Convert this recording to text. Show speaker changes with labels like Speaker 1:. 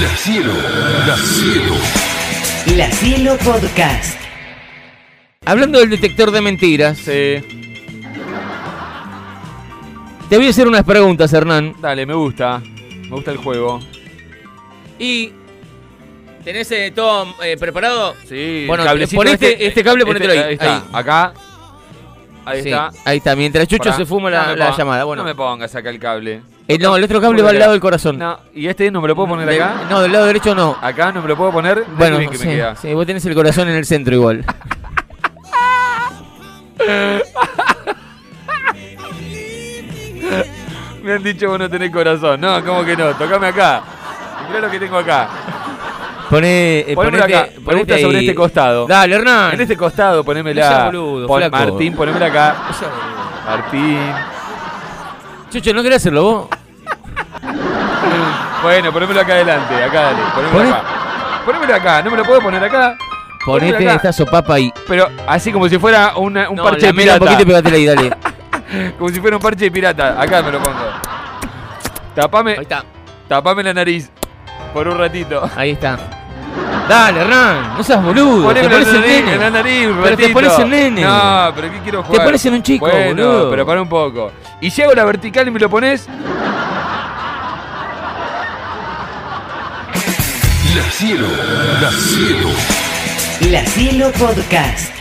Speaker 1: La cielo, la cielo.
Speaker 2: La Cielo Podcast.
Speaker 3: Hablando del detector de mentiras, eh, te voy a hacer unas preguntas, Hernán.
Speaker 4: Dale, me gusta. Me gusta el juego.
Speaker 3: Y. ¿Tenés eh, todo eh, preparado?
Speaker 4: Sí,
Speaker 3: Bueno,
Speaker 4: el cablecito
Speaker 3: ponete este cable, ponetelo ahí,
Speaker 4: Ahí está,
Speaker 3: ahí.
Speaker 4: acá. Ahí
Speaker 3: Sí,
Speaker 4: está.
Speaker 3: Ahí está. Mientras Chucho
Speaker 4: Pará.
Speaker 3: se fuma la,
Speaker 4: No me
Speaker 3: la
Speaker 4: ponga-
Speaker 3: llamada. Bueno,
Speaker 4: No me pongas acá el cable.
Speaker 3: Eh, no, el otro cable va al lado del corazón.
Speaker 4: No, ¿y este no me lo puedo poner
Speaker 3: De-
Speaker 4: acá?
Speaker 3: no, del lado derecho no.
Speaker 4: Acá no me lo puedo poner. Mira
Speaker 3: Bueno,
Speaker 4: bien que
Speaker 3: sí,
Speaker 4: me queda.
Speaker 3: sí, vos tenés el corazón en el centro igual.
Speaker 4: Me han dicho vos no tenés corazón. No, ¿cómo que no? Tocame acá. Y Mirá lo que tengo acá.
Speaker 3: Poné, eh,
Speaker 4: Ponémelo
Speaker 3: ponete-
Speaker 4: acá. Me
Speaker 3: ponete
Speaker 4: gusta sobre
Speaker 3: ahí.
Speaker 4: este costado.
Speaker 3: Dale, Hernán.
Speaker 4: En este costado, ponémela.
Speaker 3: No seas boludo,
Speaker 4: Pon-
Speaker 3: flaco.
Speaker 4: Martín, ponémela acá. Martín.
Speaker 3: Chucho, ¿no querés hacerlo vos?
Speaker 4: Bueno, ponémelo acá adelante, acá dale, ponémelo
Speaker 3: Poné-
Speaker 4: acá. Ponémelo acá, no me lo puedo poner acá. Ponémelo
Speaker 3: Ponete
Speaker 4: acá.
Speaker 3: esta sopapa ahí.
Speaker 4: Pero así como si fuera una- un
Speaker 3: No,
Speaker 4: parche de
Speaker 3: lamela un
Speaker 4: pirata.
Speaker 3: poquito y pegatela ahí, dale.
Speaker 4: Como si fuera un parche de pirata. Acá me lo pongo. Tapame,
Speaker 3: Ahí está.
Speaker 4: tapame la nariz. Por un ratito.
Speaker 3: Ahí está. Dale, Hernán, no seas boludo. Te
Speaker 4: Ponémelo en la
Speaker 3: pones un
Speaker 4: nariz, en
Speaker 3: nene.
Speaker 4: la nariz, un
Speaker 3: Pero te
Speaker 4: ratito.
Speaker 3: pones un nene.
Speaker 4: No, pero ¿qué quiero jugar?
Speaker 3: pones en un chico,
Speaker 4: Bueno,
Speaker 3: boludo.
Speaker 4: pero para un poco. Y si hago la vertical y me lo pones,
Speaker 1: La cielo, la cielo.
Speaker 2: La Cielo Podcast.